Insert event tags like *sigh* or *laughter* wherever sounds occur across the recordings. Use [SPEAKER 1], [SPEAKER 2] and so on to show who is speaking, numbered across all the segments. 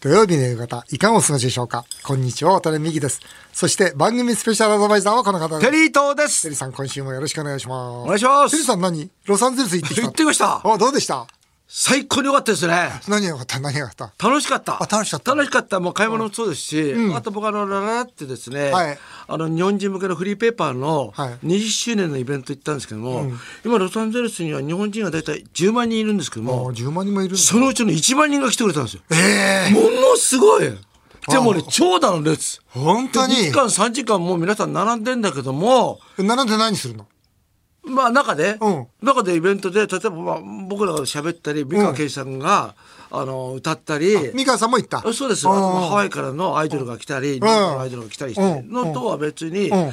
[SPEAKER 1] 土曜日の夕方、いかがお過ごしでしょうかこんにちは、渡辺美希です。そして番組スペシャルアドバイザーはこの方です。
[SPEAKER 2] テリー東です。
[SPEAKER 1] テリーさん、今週もよろしくお願いします。お
[SPEAKER 2] 願いします。
[SPEAKER 1] テリーさん何ロサンゼルス行ってきた
[SPEAKER 2] 行ってきました。
[SPEAKER 1] あ、どうでした
[SPEAKER 2] 最高に良かったですね。
[SPEAKER 1] 何が良かった何が良かった
[SPEAKER 2] 楽しかった。
[SPEAKER 1] 楽しかった。
[SPEAKER 2] 楽しかった。もう買い物もそうですし、うん、あと僕あの、ララってですね、はい、あの、日本人向けのフリーペーパーの20周年のイベント行ったんですけども、はい、今、ロサンゼルスには日本人が大体10万人いるんですけども、
[SPEAKER 1] 10万人もいる
[SPEAKER 2] そのうちの1万人が来てくれたんですよ。
[SPEAKER 1] え
[SPEAKER 2] えー、ものすごいでもね、長蛇の列。
[SPEAKER 1] 本当に
[SPEAKER 2] ?2 時間、3時間もう皆さん並んでんだけども、
[SPEAKER 1] 並んで何するの
[SPEAKER 2] まあ中で、うん、中でイベントで例えばまあ僕らが喋ったり美川圭さんが、うん、あの歌ったり
[SPEAKER 1] 美川さんも行った
[SPEAKER 2] そうですハワイからのアイドルが来たり日本のアイドルが来たりしてのとは別に、ラ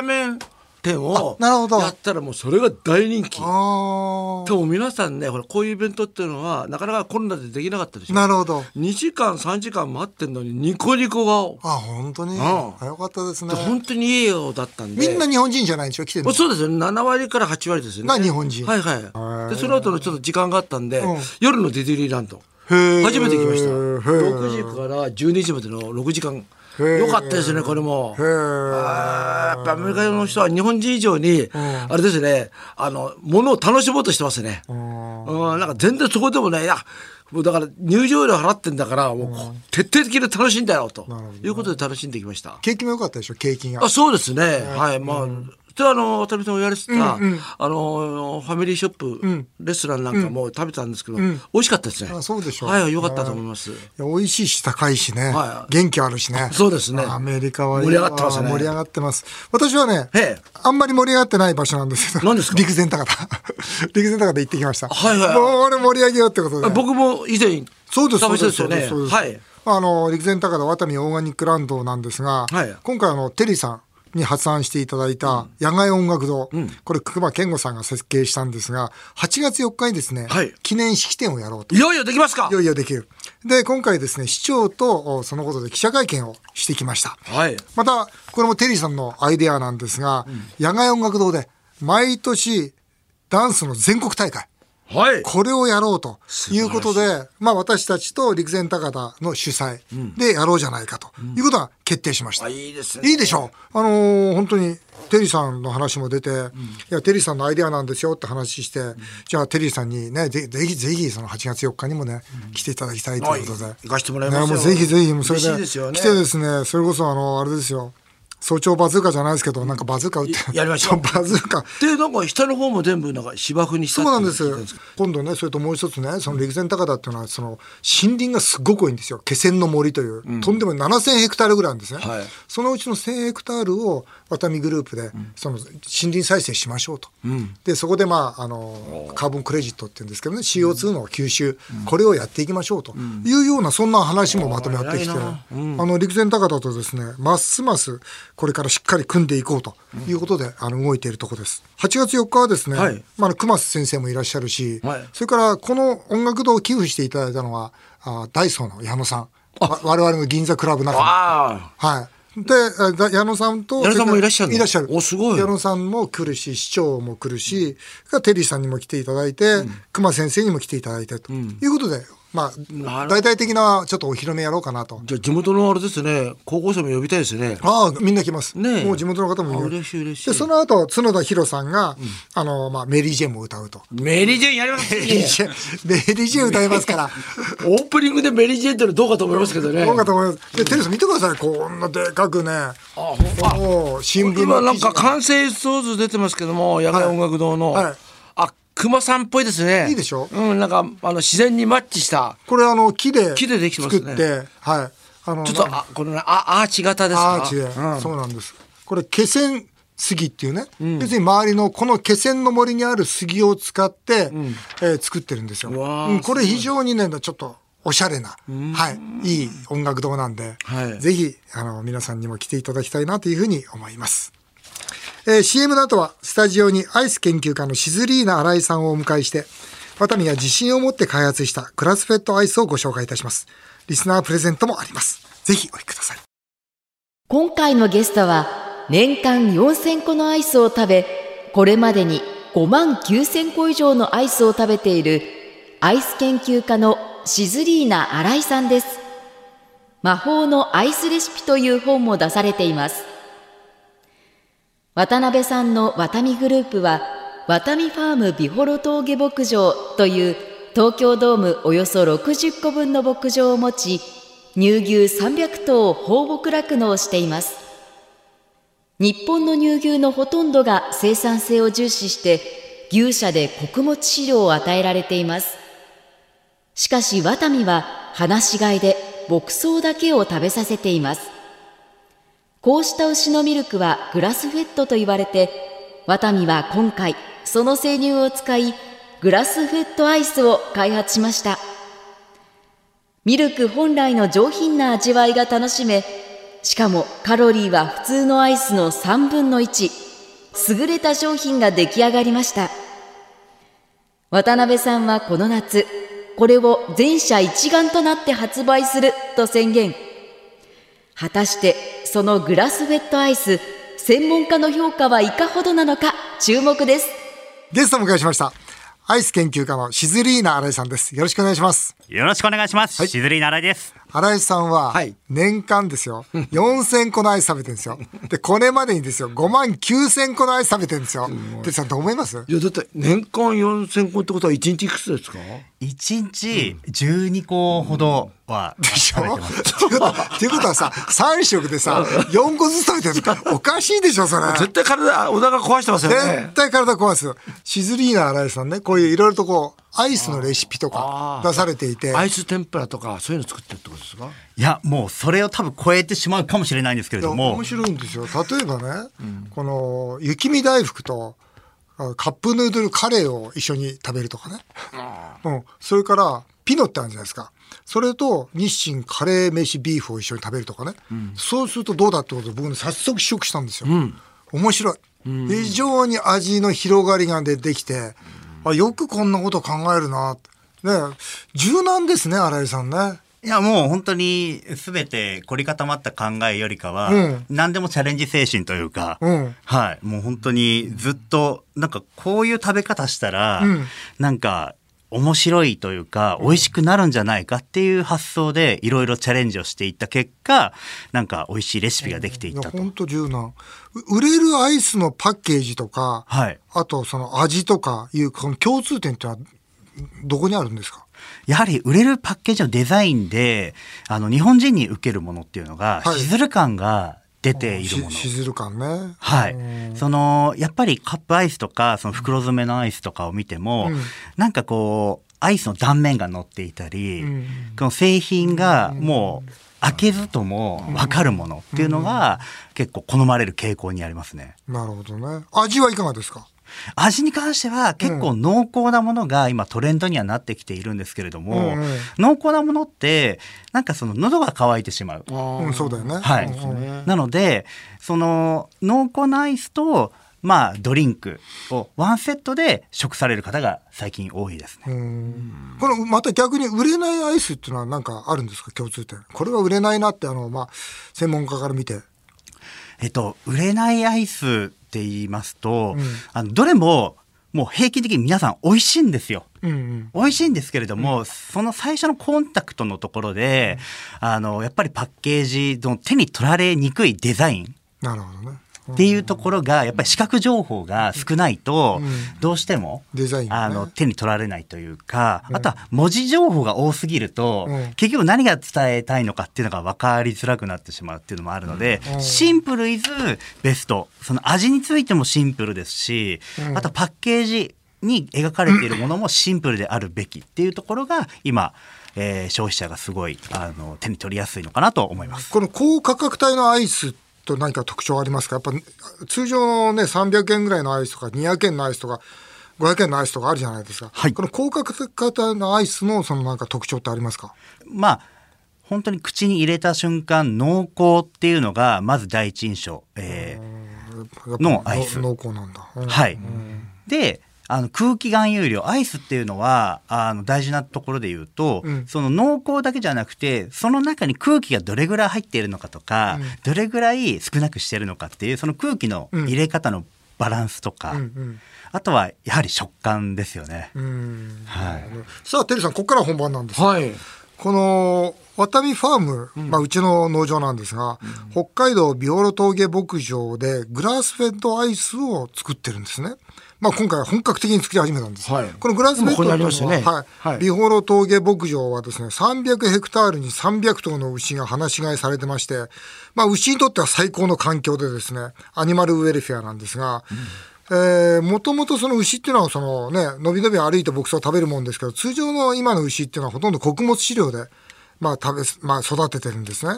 [SPEAKER 2] ーメン店をやったらもうそれが大人気でも皆さんねほらこういうイベントっていうのはなかなかコロナでできなかったでしょ
[SPEAKER 1] なるほど
[SPEAKER 2] 2時間3時間待ってんのにニコニコ顔
[SPEAKER 1] あ本当に、うん、あよかったですね
[SPEAKER 2] 本当にいいよだったん
[SPEAKER 1] でみんな日本人じゃないんでしょ来てる
[SPEAKER 2] そうですよ7割から8割ですよね
[SPEAKER 1] 日本人
[SPEAKER 2] はいはいでその後のちょっと時間があったんで、うん、夜のディズニーランド初めて来ました6時から12時までの6時間よかったですねこれもやっぱアメリカの人は日本人以上に、うん、あれですねあのものを楽しもうとしてますね、うん、なんか全然そこでもねいやもうだから入場料払ってんだからもう、うん、徹底的に楽しんだよと、いうことで楽しんできました
[SPEAKER 1] 景気も良かったでしょ景気が
[SPEAKER 2] あそうですね、はいまあ、であの渡辺さんが言われてた、うんうん、あのファミリーショップ、うん、レストランなんかも食べたんですけど、うん、美味しかったですね
[SPEAKER 1] あそうでしょう
[SPEAKER 2] はい良かったと思います
[SPEAKER 1] 美味しいし高いしね、はい、元気あるしね
[SPEAKER 2] そうですね
[SPEAKER 1] アメリカは
[SPEAKER 2] 盛り上がってますね
[SPEAKER 1] 盛り上がってます私はねあんまり盛り上がってない場所なんですけど
[SPEAKER 2] 何ですか
[SPEAKER 1] 陸前高田 *laughs* 陸前高田行ってきました
[SPEAKER 2] はいはい、はい、
[SPEAKER 1] もう盛り上げようってことで
[SPEAKER 2] 僕も以前
[SPEAKER 1] そうですそう
[SPEAKER 2] ですよねはい
[SPEAKER 1] あの陸前高田ワタミオーガニックランドなんですが、はい、今回あのテリーさんに発案していただいた野外音楽堂、うん、これ久間健吾さんが設計したんですが8月4日にですね、はい、記念式典をやろうと
[SPEAKER 2] いよいよできますか
[SPEAKER 1] いよいよできるで今回ですね市長とそのことで記者会見をしてきました、
[SPEAKER 2] はい、
[SPEAKER 1] またこれもテリーさんのアイデアなんですが、うん、野外音楽堂で毎年ダンスの全国大会
[SPEAKER 2] はい、
[SPEAKER 1] これをやろうということで、まあ、私たちと陸前高田の主催でやろうじゃないかということは決定しました。うん
[SPEAKER 2] うん、いいです
[SPEAKER 1] ね。いいでしょう。あのー、本当にテリーさんの話も出て、うん、いやテリーさんのアイデアなんですよって話して、うん、じゃあテリーさんにねぜぜひぜひその8月4日にもね、うん、来ていただきたいということで、
[SPEAKER 2] 行かしてもらいます
[SPEAKER 1] ね、もうぜひぜひもうそれで
[SPEAKER 2] で、ね、
[SPEAKER 1] 来てですねそれこそあのあれですよ早朝バズーカじゃないですけど、なんかバズーカ打って。
[SPEAKER 2] やりましょう。
[SPEAKER 1] *laughs* バズーカ。
[SPEAKER 2] で、なんか下の方も全部なんか芝生にした
[SPEAKER 1] そうなんです。今度ね、それともう一つね、その陸前高田っていうのは、その森林がすごく多いんですよ。気仙の森という、うん、とんでも7000ヘクタールぐらいあるんですね。はい、そのうちの1000ヘクタールを、ワタミグループで、その森林再生しましょうと。うん、で、そこでまあ、あの、カーボンクレジットっていうんですけどね、CO2 の吸収、うん、これをやっていきましょうというような、そんな話もまとめ合ってきて、あの、陸前高田とですね、ますます、これからしっかり組んでいこうということで、うん、あの動いているところです8月4日はですね、はい、まあ、熊須先生もいらっしゃるし、はい、それからこの音楽堂を寄付していただいたのはあダイソーの矢野さん我々の銀座クラブ仲間はいで矢野さんと
[SPEAKER 2] 矢野さんもいらっしゃる
[SPEAKER 1] いらっしゃる
[SPEAKER 2] おすごい
[SPEAKER 1] 矢野さんも来るし市長も来るし、うん、テリーさんにも来ていただいて、うん、熊先生にも来ていただいてと、うん、いうことでまあ、大体的なちょっとお披露目やろうかなと。
[SPEAKER 2] じゃあ地元のあれですね、高校生も呼びたいですね。
[SPEAKER 1] ああ、みんな来ます。
[SPEAKER 2] ね
[SPEAKER 1] もう地元の方も
[SPEAKER 2] 嬉しい嬉し
[SPEAKER 1] い。で、その後、角田博さんが、うん、あの、まあ、メリージェンも歌うと。
[SPEAKER 2] メリージェンやります
[SPEAKER 1] メリー
[SPEAKER 2] *laughs*
[SPEAKER 1] ジェン、メリージェン歌いますから。
[SPEAKER 2] オープニングでメリージェンってのどうかと思いますけどね。
[SPEAKER 1] どうかと思います。で、テレス見てください。こんなでかくね。あ、ほ
[SPEAKER 2] ん新聞今なんか完成想像出てますけども、野外音楽堂の。はい、はい熊さんっぽいですね。
[SPEAKER 1] いいでしょ。
[SPEAKER 2] うん、なんかあの自然にマッチした。
[SPEAKER 1] これあの木で
[SPEAKER 2] 木でできてますね。
[SPEAKER 1] はい。
[SPEAKER 2] あのちょっとあこのあアーチ型ですか。
[SPEAKER 1] アーチで、うん、そうなんです。これ気仙杉っていうね、うん、別に周りのこの気仙の森にある杉を使って、うん、えー、作ってるんですよ。うん、これ非常にねちょっと。おしゃれな、はい、いい音楽堂なんで、はい、ぜひあの皆さんにも来ていただきたいなというふうに思います。えー、CM の後はスタジオにアイス研究家のシズリーナ新井さんをお迎えしてワタミが自信を持って開発したグラスフェットアイスをご紹介いたしますリスナープレゼントもありますぜひお聞きください
[SPEAKER 3] 今回のゲストは年間4000個のアイスを食べこれまでに5万9000個以上のアイスを食べているアイス研究家のシズリーナ新井さんです魔法のアイスレシピという本も出されています。渡辺さんのワタミグループは、ワタミファーム美幌峠牧場という東京ドームおよそ60個分の牧場を持ち、乳牛300頭を放牧酪農しています。日本の乳牛のほとんどが生産性を重視して、牛舎で穀物飼料を与えられています。しかしワタミは放し飼いで牧草だけを食べさせています。こうした牛のミルクはグラスフェットと言われて、ワタミは今回、その生乳を使い、グラスフェットアイスを開発しました。ミルク本来の上品な味わいが楽しめ、しかもカロリーは普通のアイスの3分の1、優れた商品が出来上がりました。渡辺さんはこの夏、これを全社一丸となって発売すると宣言。果たしてそのグラスフェットアイス専門家の評価はいかほどなのか注目です
[SPEAKER 1] ゲストを迎えしましたアイス研究家のしずりーな新井さんですよろしくお願いします
[SPEAKER 4] よろしくお願いします、はい、しずりーな新井です
[SPEAKER 1] 新井さんは年間です *laughs* よ、はい、4000個のアイス食べてるんですよでこれまでにですよ5万9000個のアイス食べてるんですよ哲さんどう思います
[SPEAKER 2] いやだって年間4000個ってことは1日いくつですか
[SPEAKER 4] 1日12個ほどは食べてます、
[SPEAKER 1] うん、 *laughs* っていうことはさ3食で *laughs* さ4個ずつ食べてるおかしいでしょそれ
[SPEAKER 2] 絶対体お腹壊してますよね
[SPEAKER 1] 絶対体壊すシズリーナ新井さんねこういういろいろとこうアイスのレシピとか出されていて
[SPEAKER 2] アイス天ぷらとかそういうの作ってるってことですか
[SPEAKER 4] いやもうそれを多分超えてしまうかもしれないんですけれども
[SPEAKER 1] 面白いんですよ例えばね、うん、この雪見大福とカップヌードルカレーを一緒に食べるとかね、うん、それからピノってあるじゃないですかそれと日清カレー飯ビーフを一緒に食べるとかね、うん、そうするとどうだってことで僕、ね、早速試食したんですよ、うん、面白い、非常に味の広がりが出てきて、あよくこんなこと考えるなね柔軟ですね新井さんね
[SPEAKER 4] いや、もう本当に全て凝り固まった考えよりかは、うん、何でもチャレンジ精神というか、うん、はい、もう本当にずっと、なんかこういう食べ方したら、うん、なんか面白いというか、美味しくなるんじゃないかっていう発想で、いろいろチャレンジをしていった結果、なんか美味しいレシピができていったと。
[SPEAKER 1] 本当柔軟。売れるアイスのパッケージとか、はい、あとその味とかいう、この共通点ってのは、どこにあるんですか
[SPEAKER 4] やはり売れるパッケージのデザインで、あの、日本人に受けるものっていうのが、はい、しずる感が出ているもの。
[SPEAKER 1] しずる感ね。
[SPEAKER 4] はい。その、やっぱりカップアイスとか、その袋詰めのアイスとかを見ても、うん、なんかこう、アイスの断面が乗っていたり、うん、この製品がもう、開けずとも分かるものっていうのが、うん、結構好まれる傾向にありますね。
[SPEAKER 1] なるほどね。味はいかがですか
[SPEAKER 4] 味に関しては結構濃厚なものが今トレンドにはなってきているんですけれども、うんうん、濃厚なものってなんかその喉が渇いてしまう。
[SPEAKER 1] うん、そうだよね。
[SPEAKER 4] はい。ね、なので、その濃厚なアイスとまあドリンクをワンセットで食される方が最近多いですね。
[SPEAKER 1] このまた逆に売れないアイスっていうのは何かあるんですか共通点。これは売れないなってあのまあ専門家から見て。
[SPEAKER 4] えっと売れないアイスって言いますと、うん、あのどれももう平均的に皆さん美味しいんですよ。うんうん、美味しいんですけれども、うん、その最初のコンタクトのところで、うん、あのやっぱりパッケージの手に取られにくいデザイン。
[SPEAKER 1] なるほどね。
[SPEAKER 4] っていうところがやっぱり視覚情報が少ないとどうしても、うんね、あの手に取られないというか、うん、あとは文字情報が多すぎると、うん、結局何が伝えたいのかっていうのが分かりづらくなってしまうっていうのもあるので、シンプルイズベストその味についてもシンプルですし、あとパッケージに描かれているものもシンプルであるべきっていうところが今えー、消費者がすごいあの手に取りやすいのかなと思います。
[SPEAKER 1] この高価格帯のアイスと何か特徴ありますかやっぱ通常のね300円ぐらいのアイスとか200円のアイスとか500円のアイスとかあるじゃないですか、はい、この高価格帯のアイスのそのなんか特徴ってありますか
[SPEAKER 4] まあ本当に口に入れた瞬間濃厚っていうのがまず第一印象、えー、のアイス
[SPEAKER 1] 濃厚なんだ、
[SPEAKER 4] うん、はいであの空気含有量アイスっていうのはあの大事なところで言うと、うん、その濃厚だけじゃなくてその中に空気がどれぐらい入っているのかとか、うん、どれぐらい少なくしてるのかっていうその空気の入れ方のバランスとか、うん、あとはやはり食感ですよね。
[SPEAKER 1] はい、さあてるさんここから本番なんです、はい、このワタミファーム、まあ、うちの農場なんですが、北海道ビオロ峠牧場でグラスフェッドアイスを作ってるんですね。まあ、今回本格的に作り始めたんです。はい、このグラスベッドというのは、ねはいはい、ビホロ峠牧場はですね、300ヘクタールに300頭の牛が放し飼いされてまして、まあ、牛にとっては最高の環境でですね、アニマルウェルフェアなんですが、うんえー、もともとその牛っていうのはそのね、のびのび歩いて牧草を食べるもんですけど、通常の今の牛っていうのはほとんど穀物飼料で、まあ食べ、まあ育ててるんですね。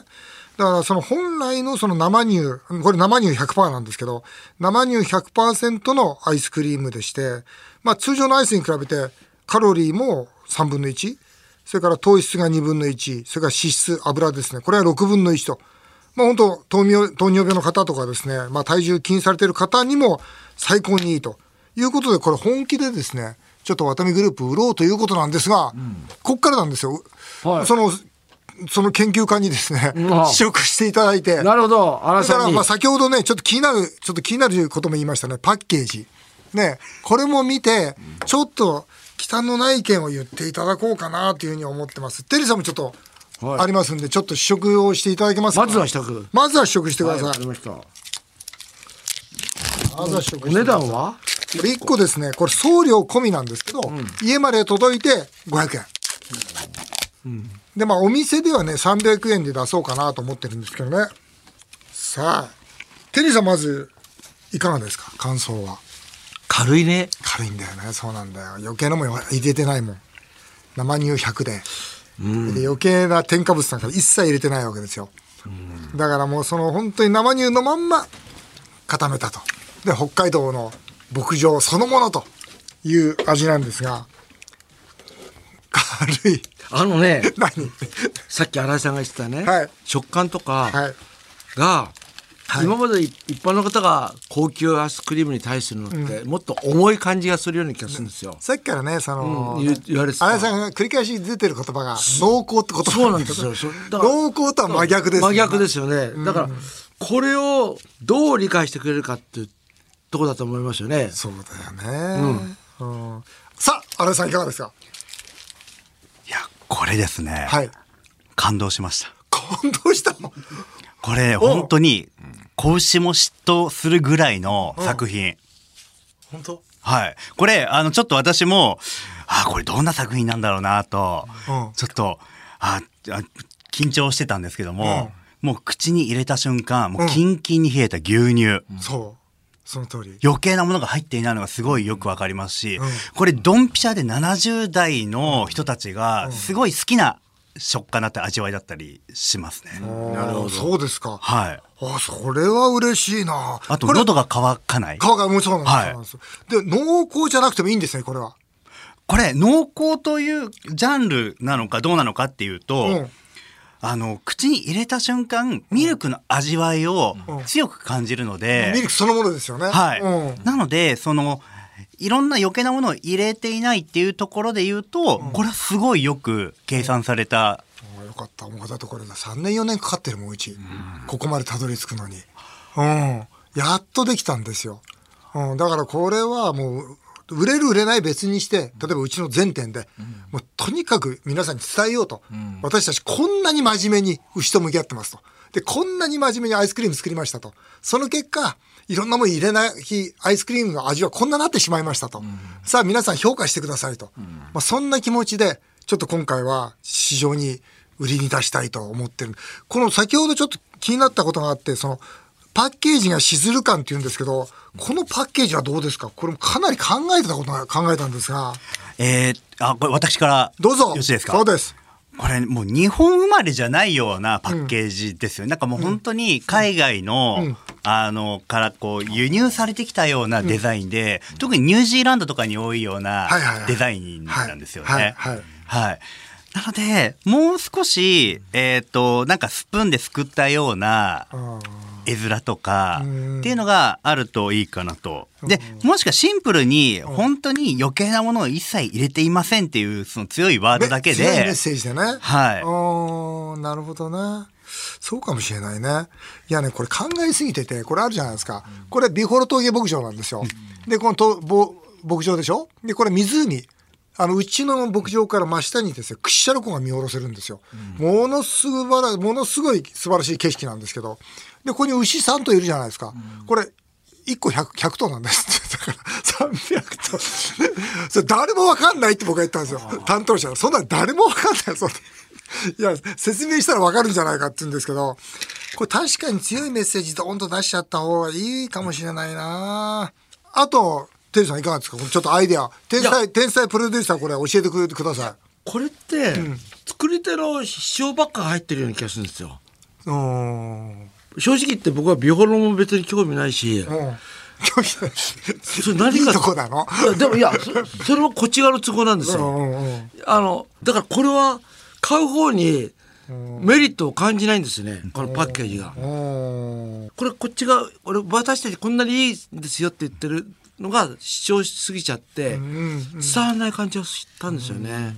[SPEAKER 1] だからその本来のその生乳、これ生乳100%なんですけど、生乳100%のアイスクリームでして、まあ通常のアイスに比べてカロリーも3分の1、それから糖質が2分の1、それから脂質、油ですね。これは6分の1と。まあ、本当糖尿糖尿病の方とかですね、まあ、体重気にされてる方にも最高にいいということでこれ本気でですねちょっとワタミグループ売ろうということなんですが、うん、こっからなんですよ、はい、そのその研究家にですね、試食していただいて
[SPEAKER 2] なるほど
[SPEAKER 1] だからまあ先ほどねちょっと気になるちょっと気になることも言いましたねパッケージねこれも見てちょっと忌憚のない意見を言っていただこうかなというふうに思ってますテリーさんもちょっとはい、ありますんで、ちょっと試食をしていただけます
[SPEAKER 2] まずは試食。
[SPEAKER 1] まずは試食してください。はい、
[SPEAKER 2] ま,
[SPEAKER 1] まずは試食
[SPEAKER 2] お値段は
[SPEAKER 1] これ1個ですね、これ送料込みなんですけど、うん、家まで届いて500円。うん、で、まあお店ではね、300円で出そうかなと思ってるんですけどね。さあ、テリーさんまず、いかがですか感想は。
[SPEAKER 2] 軽いね。
[SPEAKER 1] 軽いんだよね。そうなんだよ。余計なもん入れてないもん。生乳100で。うん、で余計な添加物なんか一切入れてないわけですよ、うん、だからもうその本当に生乳のまんま固めたとで北海道の牧場そのものという味なんですが軽い
[SPEAKER 2] あのね
[SPEAKER 1] 何
[SPEAKER 2] さっき新井さんが言ってたね、はい、食感とかが、はい、今まで一般の方が高級アイスクリームに対するのって、うん、もっと重い感じがするような気がするんですよ。
[SPEAKER 1] さっきからねその、
[SPEAKER 2] うん、言われてた
[SPEAKER 1] 荒井さんが繰り返し出てる言葉が濃厚って言葉
[SPEAKER 2] そうなんですよ。
[SPEAKER 1] 濃厚とは真逆です、
[SPEAKER 2] ね、真逆ですよね。だから、うん、これをどう理解してくれるかっていうとこだと思いますよね。
[SPEAKER 1] そうだよね。さあ荒井さんいかがですか
[SPEAKER 4] いやこれですね、
[SPEAKER 1] はい、
[SPEAKER 4] 感動しました。
[SPEAKER 1] 感動したの
[SPEAKER 4] これ本当に子牛も嫉妬するぐらいの作品。
[SPEAKER 2] 本当
[SPEAKER 4] はい。これ、あの、ちょっと私も、あこれどんな作品なんだろうなと、ちょっと、あ緊張してたんですけども、もう口に入れた瞬間、もうキンキンに冷えた牛乳。
[SPEAKER 1] そう。その通り。
[SPEAKER 4] 余計なものが入っていないのがすごいよくわかりますし、これ、ドンピシャで70代の人たちが、すごい好きな食感だった味わいだったりしますね。
[SPEAKER 1] なるほど。そうですか。
[SPEAKER 4] はい。
[SPEAKER 1] あ、それは嬉しいな。
[SPEAKER 4] あと、喉が乾かない。
[SPEAKER 1] 乾かない。もちろん、はい、で、濃厚じゃなくてもいいんですね、これは。
[SPEAKER 4] これ、濃厚というジャンルなのかどうなのかっていうと、うん、あの、口に入れた瞬間、ミルクの味わいを強く感じるので。うん
[SPEAKER 1] うん、ミルクそのものですよね。
[SPEAKER 4] はい。なので、その、いろんな余計なものを入れていないっていうところで言うと、うん、これはすごいよく計算された。
[SPEAKER 1] うん、よかった。もうだってこれ3年4年かかってるもううち。うん、ここまでたどり着くのに。うん。やっとできたんですよ。うん。だからこれはもう、売れる売れない別にして、例えばうちの全店で、もうとにかく皆さんに伝えようと。私たちこんなに真面目に牛と向き合ってますと。で、こんなに真面目にアイスクリーム作りましたと。その結果、いろんなもの入れないアイスクリームの味はこんななってしまいましたと。うん、さあ皆さん評価してくださいと。うん、まあ、そんな気持ちで、ちょっと今回は市場に売りに出したいと思ってる。この先ほどちょっと気になったことがあって、そのパッケージがしずる感って言うんですけど、このパッケージはどうですかこれもかなり考えてたことが考えたんですが。
[SPEAKER 4] えー、あ、これ私から
[SPEAKER 1] どうぞ。よ
[SPEAKER 4] ろしいですか
[SPEAKER 1] そうです。
[SPEAKER 4] これもう日本生まれじゃないようなパッケージですよね、うん、なんかもう本当に海外の、うん、あのからこう輸入されてきたようなデザインで、うん、特にニュージーランドとかに多いようなデザインなんですよね。はいなのでもう少し、えーと、となんかスプーンですくったような絵面とかっていうのがあるといいかなと。でもしくはシンプルに本当に余計なものを一切入れていませんっていうその強いワードだけで。
[SPEAKER 1] メッセージでね。。
[SPEAKER 4] はい
[SPEAKER 1] なるほどね。そうかもしれないね。いやね、これ考えすぎてて、これあるじゃないですか。これ、ビフォロ峠牧場なんですよ。で、このとぼ牧場でしょで、これ湖。あのうちの牧場から真下にですね屈斜路湖が見下ろせるんですよ、うん、ものすばらものすごい素晴らしい景色なんですけどでここに牛3頭いるじゃないですか、うん、これ1個 100, 100頭なんですってだから300頭 *laughs* それ誰も分かんないって僕は言ったんですよ担当者がそんなん誰も分かんないそんないや説明したら分かるんじゃないかって言うんですけどこれ確かに強いメッセージドーンと出しちゃった方がいいかもしれないなあとテリーさんいかがですかちょっとアイデア天才天才プロデューサーこれ教えてくれてください
[SPEAKER 2] これって、うん、作り手の塩ばっか入ってるような気がするんですよ正直言って僕はビホロも別に興味ないし、
[SPEAKER 1] 興味ないそれ何かいいこだの
[SPEAKER 2] いやでもいやそそれもこっち側の都合なんですよ、うんうんうん、あのだからこれは買う方にメリットを感じないんですね、うん、このパッケージが、うんうん、これこっちが俺私たちこんなにいいんですよって言ってるのが主張しすぎちゃって、うんうん、伝わらない感じがしたんですよね。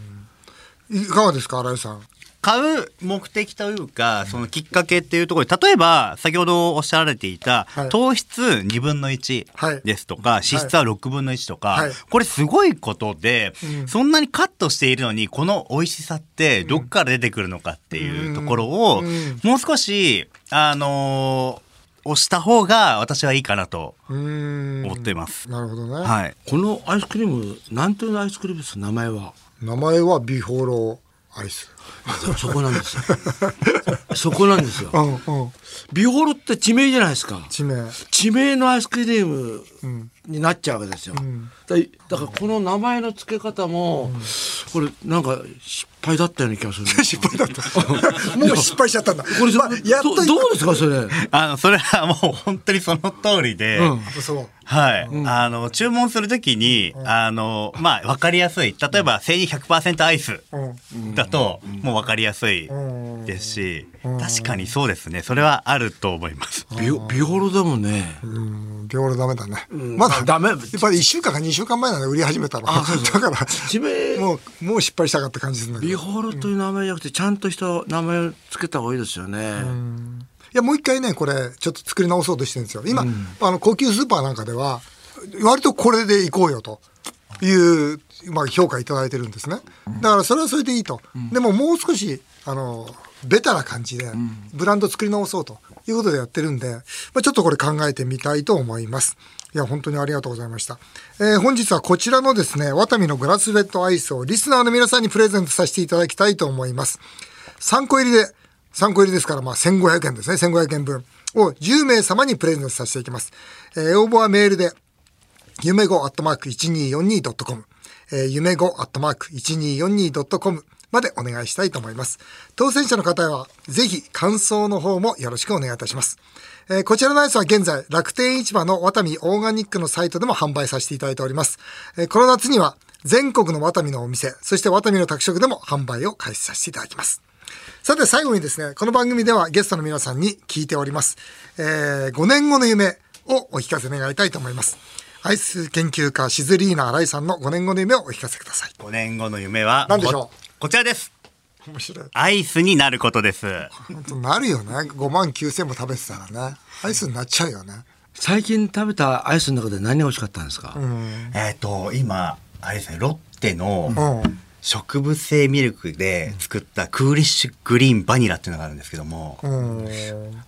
[SPEAKER 1] うん、いかがですか新井さん
[SPEAKER 4] 買う目的というかそのきっかけっていうところで例えば先ほどおっしゃられていた、はい、糖質2分の1ですとか、はい、脂質は6分の1とか、はい、これすごいことで、そんなにカットしているのにこの美味しさってどっから出てくるのかっていうところを、うんうん、もう少しあのーをした方が私はいいかなと思ってます。
[SPEAKER 1] なるほどね。
[SPEAKER 4] はい。
[SPEAKER 2] このアイスクリーム、なんというアイスクリームです名前は。
[SPEAKER 1] 名前はビフォローアイス。
[SPEAKER 2] そこなんですよ。そこなんですよ。 *laughs* うんうん、ビフォロって地名じゃないですか。
[SPEAKER 1] 地名。
[SPEAKER 2] 地名のアイスクリームになっちゃうわけですよ。うん、だ,だからこの名前の付け方も、うん、これなんか失敗だったような気がする。
[SPEAKER 1] *laughs* 失敗だった。もう失敗しちゃったんだ。
[SPEAKER 2] これ、まあ、やっとどうですかそれ。
[SPEAKER 4] あのそれはもう本当にその通りで。うん、はい、あの注文するときに、あのまあわかりやすい。例えば生乳100%アイスだと、もうわかりやすいですし、確かにそうですね。それはあると思います。
[SPEAKER 2] ビオビオロだもんね。
[SPEAKER 1] ビオロダメだね。まだ
[SPEAKER 2] ダメ。やっ
[SPEAKER 1] ぱり一週間か二週間前なんで売り始めたの。 *laughs* だから
[SPEAKER 2] 地名
[SPEAKER 1] もうもう失敗したかって感じですね。
[SPEAKER 2] ビオロという名前じゃなくて、ちゃんとした名前をつけた方がいいですよね。
[SPEAKER 1] いやもう一回ねこれちょっと作り直そうとしてるんですよ。今、うん、あの高級スーパーなんかでは割とこれでいこうよというまあ、評価いただいてるんですね。だからそれはそれでいいと。うん、でももう少しあのベタな感じでブランド作り直そうということでやってるんで、まあ、ちょっとこれ考えてみたいと思います。いや、本当にありがとうございました。えー、本日はこちらのですね、ワタミのグラスレッドアイスをリスナーの皆さんにプレゼントさせていただきたいと思います。3個入りで、3個入りですから、まあ、1500円ですね、1500円分を10名様にプレゼントさせていきます。えー、応募はメールで、夢5アットマーク 1242.com、えー、夢5アットマーク 1242.com までお願いしたいと思います。当選者の方は、ぜひ感想の方もよろしくお願いいたします。えー、こちらのアイスは現在、楽天市場のワタミオーガニックのサイトでも販売させていただいております。えー、この夏には、全国のワタミのお店、そしてワタミの宅食でも販売を開始させていただきます。さて最後にですね、この番組ではゲストの皆さんに聞いております。えー、5年後の夢をお聞かせ願いたいと思います。アイス研究家シズリーナ新井さんの5年後の夢をお聞かせください。
[SPEAKER 4] 5年後の夢は
[SPEAKER 1] 何でしょ
[SPEAKER 4] うこちらです。面白い。アイスになることです。
[SPEAKER 1] 本当なるよね。5万9千も食べてたらね。アイスになっちゃうよね。
[SPEAKER 2] 最近食べたアイスの中で何が美味しかったんですか。
[SPEAKER 4] えっ、ー、と今あれですねロッテの、うん。植物性ミルクで作ったクーリッシュグリーンバニラっていうのがあるんですけども、うん、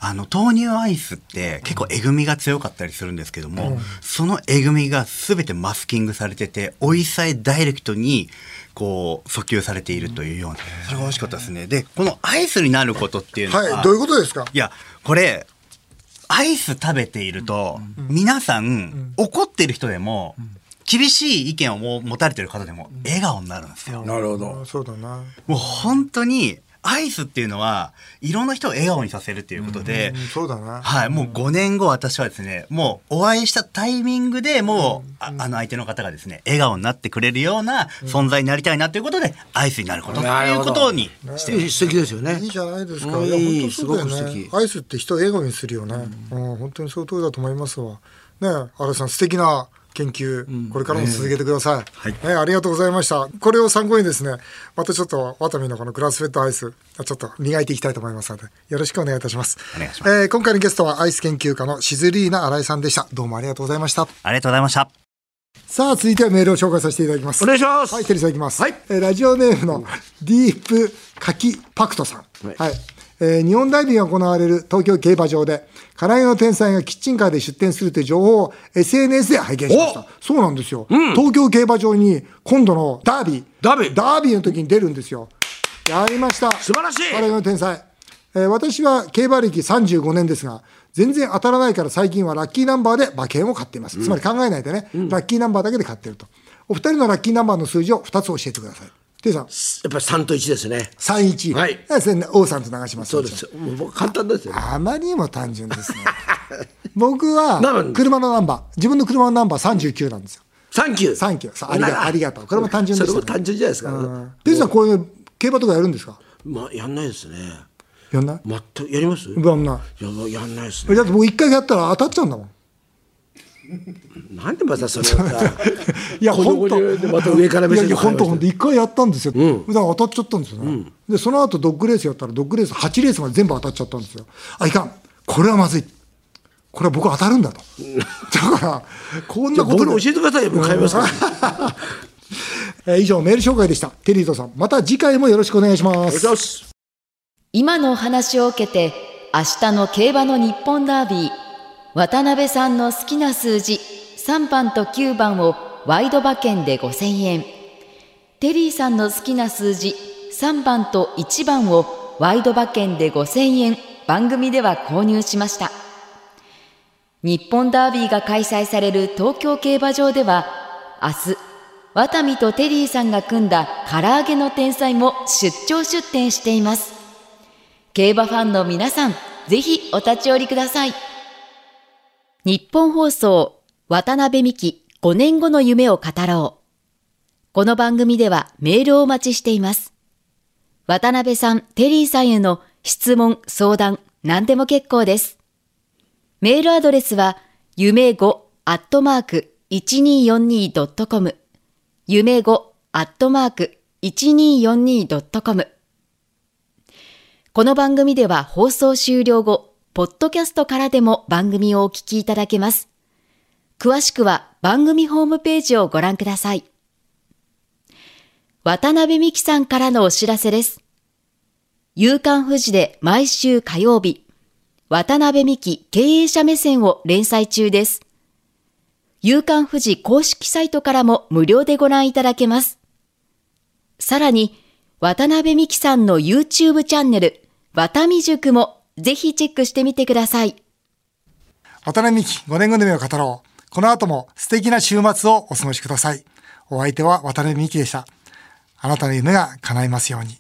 [SPEAKER 4] あの豆乳アイスって結構えぐみが強かったりするんですけども、うん、そのえぐみが全てマスキングされてておいさえダイレクトにこう訴求されているというような、それが美味しかったですねでこのアイスになることっていうのは、
[SPEAKER 1] はい、どういうことですか
[SPEAKER 4] いやこれアイス食べていると、皆さん、怒ってる人でも、厳しい意見を持たれてる方でも笑顔になるんですよ。
[SPEAKER 2] なるほど。
[SPEAKER 1] そうだな。
[SPEAKER 4] もう本当にアイスっていうのはいろんな人を笑顔にさせるっていうことで、
[SPEAKER 1] うんうん、そうだな。
[SPEAKER 4] はい、もう5年後私はですね、もうお会いしたタイミングでもう、うんうん、あ,あの相手の方がですね、笑顔になってくれるような存在になりたいなということで、アイスになることということにしてる、
[SPEAKER 2] ね、素敵ですよね。
[SPEAKER 1] いいじゃないですか。いや本当そうだよね。アイスって人を笑顔にするよね。うん、本当にその通りだと思いますわ。ね、荒さん素敵な研究、これからも続けてください、うんえー、はい、ね、ありがとうございましたこれを参考にですねまたちょっとワタミのこのグラスフェッドアイスちょっと磨いていきたいと思いますのでよろしくお願いいたします
[SPEAKER 4] お願いします、え
[SPEAKER 1] ー、今回のゲストはアイス研究家のシズリーナ新井さんでしたどうもありがとうございました
[SPEAKER 4] ありがとうございました
[SPEAKER 1] さあ続いてはメールを紹介させていただきます
[SPEAKER 2] お願いします
[SPEAKER 1] はいテリーさんいきます
[SPEAKER 2] はい
[SPEAKER 1] えーラジオネームのディープ柿パクトさん
[SPEAKER 2] はい
[SPEAKER 1] はいえー日本ダイビングが行われる東京競馬場で、唐揚げの天才がキッチンカーで出店するという情報を SNS で拝見しました。そうなんですよ、東京競馬場に今度のダービー。
[SPEAKER 2] ダービー
[SPEAKER 1] ダービーの時に出るんですよ。やりました。
[SPEAKER 2] 素晴らしい
[SPEAKER 1] 唐揚げの天才。えー私は競馬歴35年ですが、全然当たらないから最近はラッキーナンバーで馬券を買っています。つまり考えないでね、ラッキーナンバーだけで買ってると。お二人のラッキーナンバーの数字を2つ教えてください。テイさん。
[SPEAKER 2] やっぱり3と1ですね
[SPEAKER 1] 三一。
[SPEAKER 2] はい
[SPEAKER 1] ですね。王さんと流します。
[SPEAKER 2] そうですもう簡単ですよね
[SPEAKER 1] あまりにも単純ですね。 *laughs* 僕は
[SPEAKER 2] なのに
[SPEAKER 1] 車のナンバー、自分の車のナンバー三十九なんですよ。
[SPEAKER 2] サンキュー
[SPEAKER 1] 三九。さあありがとうありがとう。これも単純
[SPEAKER 2] そ
[SPEAKER 1] で
[SPEAKER 2] れ
[SPEAKER 1] す、
[SPEAKER 2] も
[SPEAKER 1] ね。
[SPEAKER 2] 単純じゃないですか、
[SPEAKER 1] でさんこういう競馬とかやるんですか。
[SPEAKER 2] まあやんないですね
[SPEAKER 1] やんない。
[SPEAKER 2] 全くやります
[SPEAKER 1] やんない
[SPEAKER 2] やもうやんないです
[SPEAKER 1] え
[SPEAKER 2] ね
[SPEAKER 1] だって僕一回やったら当たっちゃうんだもん。
[SPEAKER 2] なんでまたそれをさ
[SPEAKER 1] いや
[SPEAKER 2] この
[SPEAKER 1] 本当。
[SPEAKER 2] ごでまた上から目線
[SPEAKER 1] いやいや本当本当
[SPEAKER 2] い
[SPEAKER 1] 一回やったんですよ、だから当たっちゃったんですよね、でその後ドッグレースやったらドッグレース8レースまで全部当たっちゃったんですよあいかんこれはまずいこれは僕当たるんだとだからこんな
[SPEAKER 2] や
[SPEAKER 1] こと
[SPEAKER 2] 僕
[SPEAKER 1] で
[SPEAKER 2] に教えてくださいよもう買いますか
[SPEAKER 1] *laughs*
[SPEAKER 2] ら
[SPEAKER 1] えー以上メール紹介でしたテリーとさんまた次回もよろしくお願いしま
[SPEAKER 2] お願い
[SPEAKER 1] す
[SPEAKER 2] します
[SPEAKER 3] 今のお話を受けて明日の競馬の日本ダービー渡辺さんの好きな数字3番と9番をワイド馬券で5000円テリーさんの好きな数字3番と1番をワイド馬券で5000円番組では購入しました日本ダービーが開催される東京競馬場では明日ワタミとテリーさんが組んだ唐揚げの天才も出張出店しています競馬ファンの皆さん、ぜひお立ち寄りください。日本放送、渡辺美希5年後の夢を語ろう。この番組ではメールをお待ちしています。渡辺さん、テリーさんへの質問、相談、何でも結構です。メールアドレスは、夢5アットマーク 1242.com。夢5アットマーク 1242.com。この番組では放送終了後、ポッドキャストからでも番組をお聞きいただけます。詳しくは番組ホームページをご覧ください。渡辺美希さんからのお知らせです。夕刊富士で毎週火曜日、渡辺美希経営者目線を連載中です。夕刊富士公式サイトからも無料でご覧いただけます。さらに、渡辺美希さんの YouTube チャンネル、渡美塾もぜひチェックしてみてください。
[SPEAKER 1] 渡辺美希5年後の夢を語ろうこの後も素敵な週末をお過ごしくださいお相手は渡辺美希でしたあなたの夢が叶いますように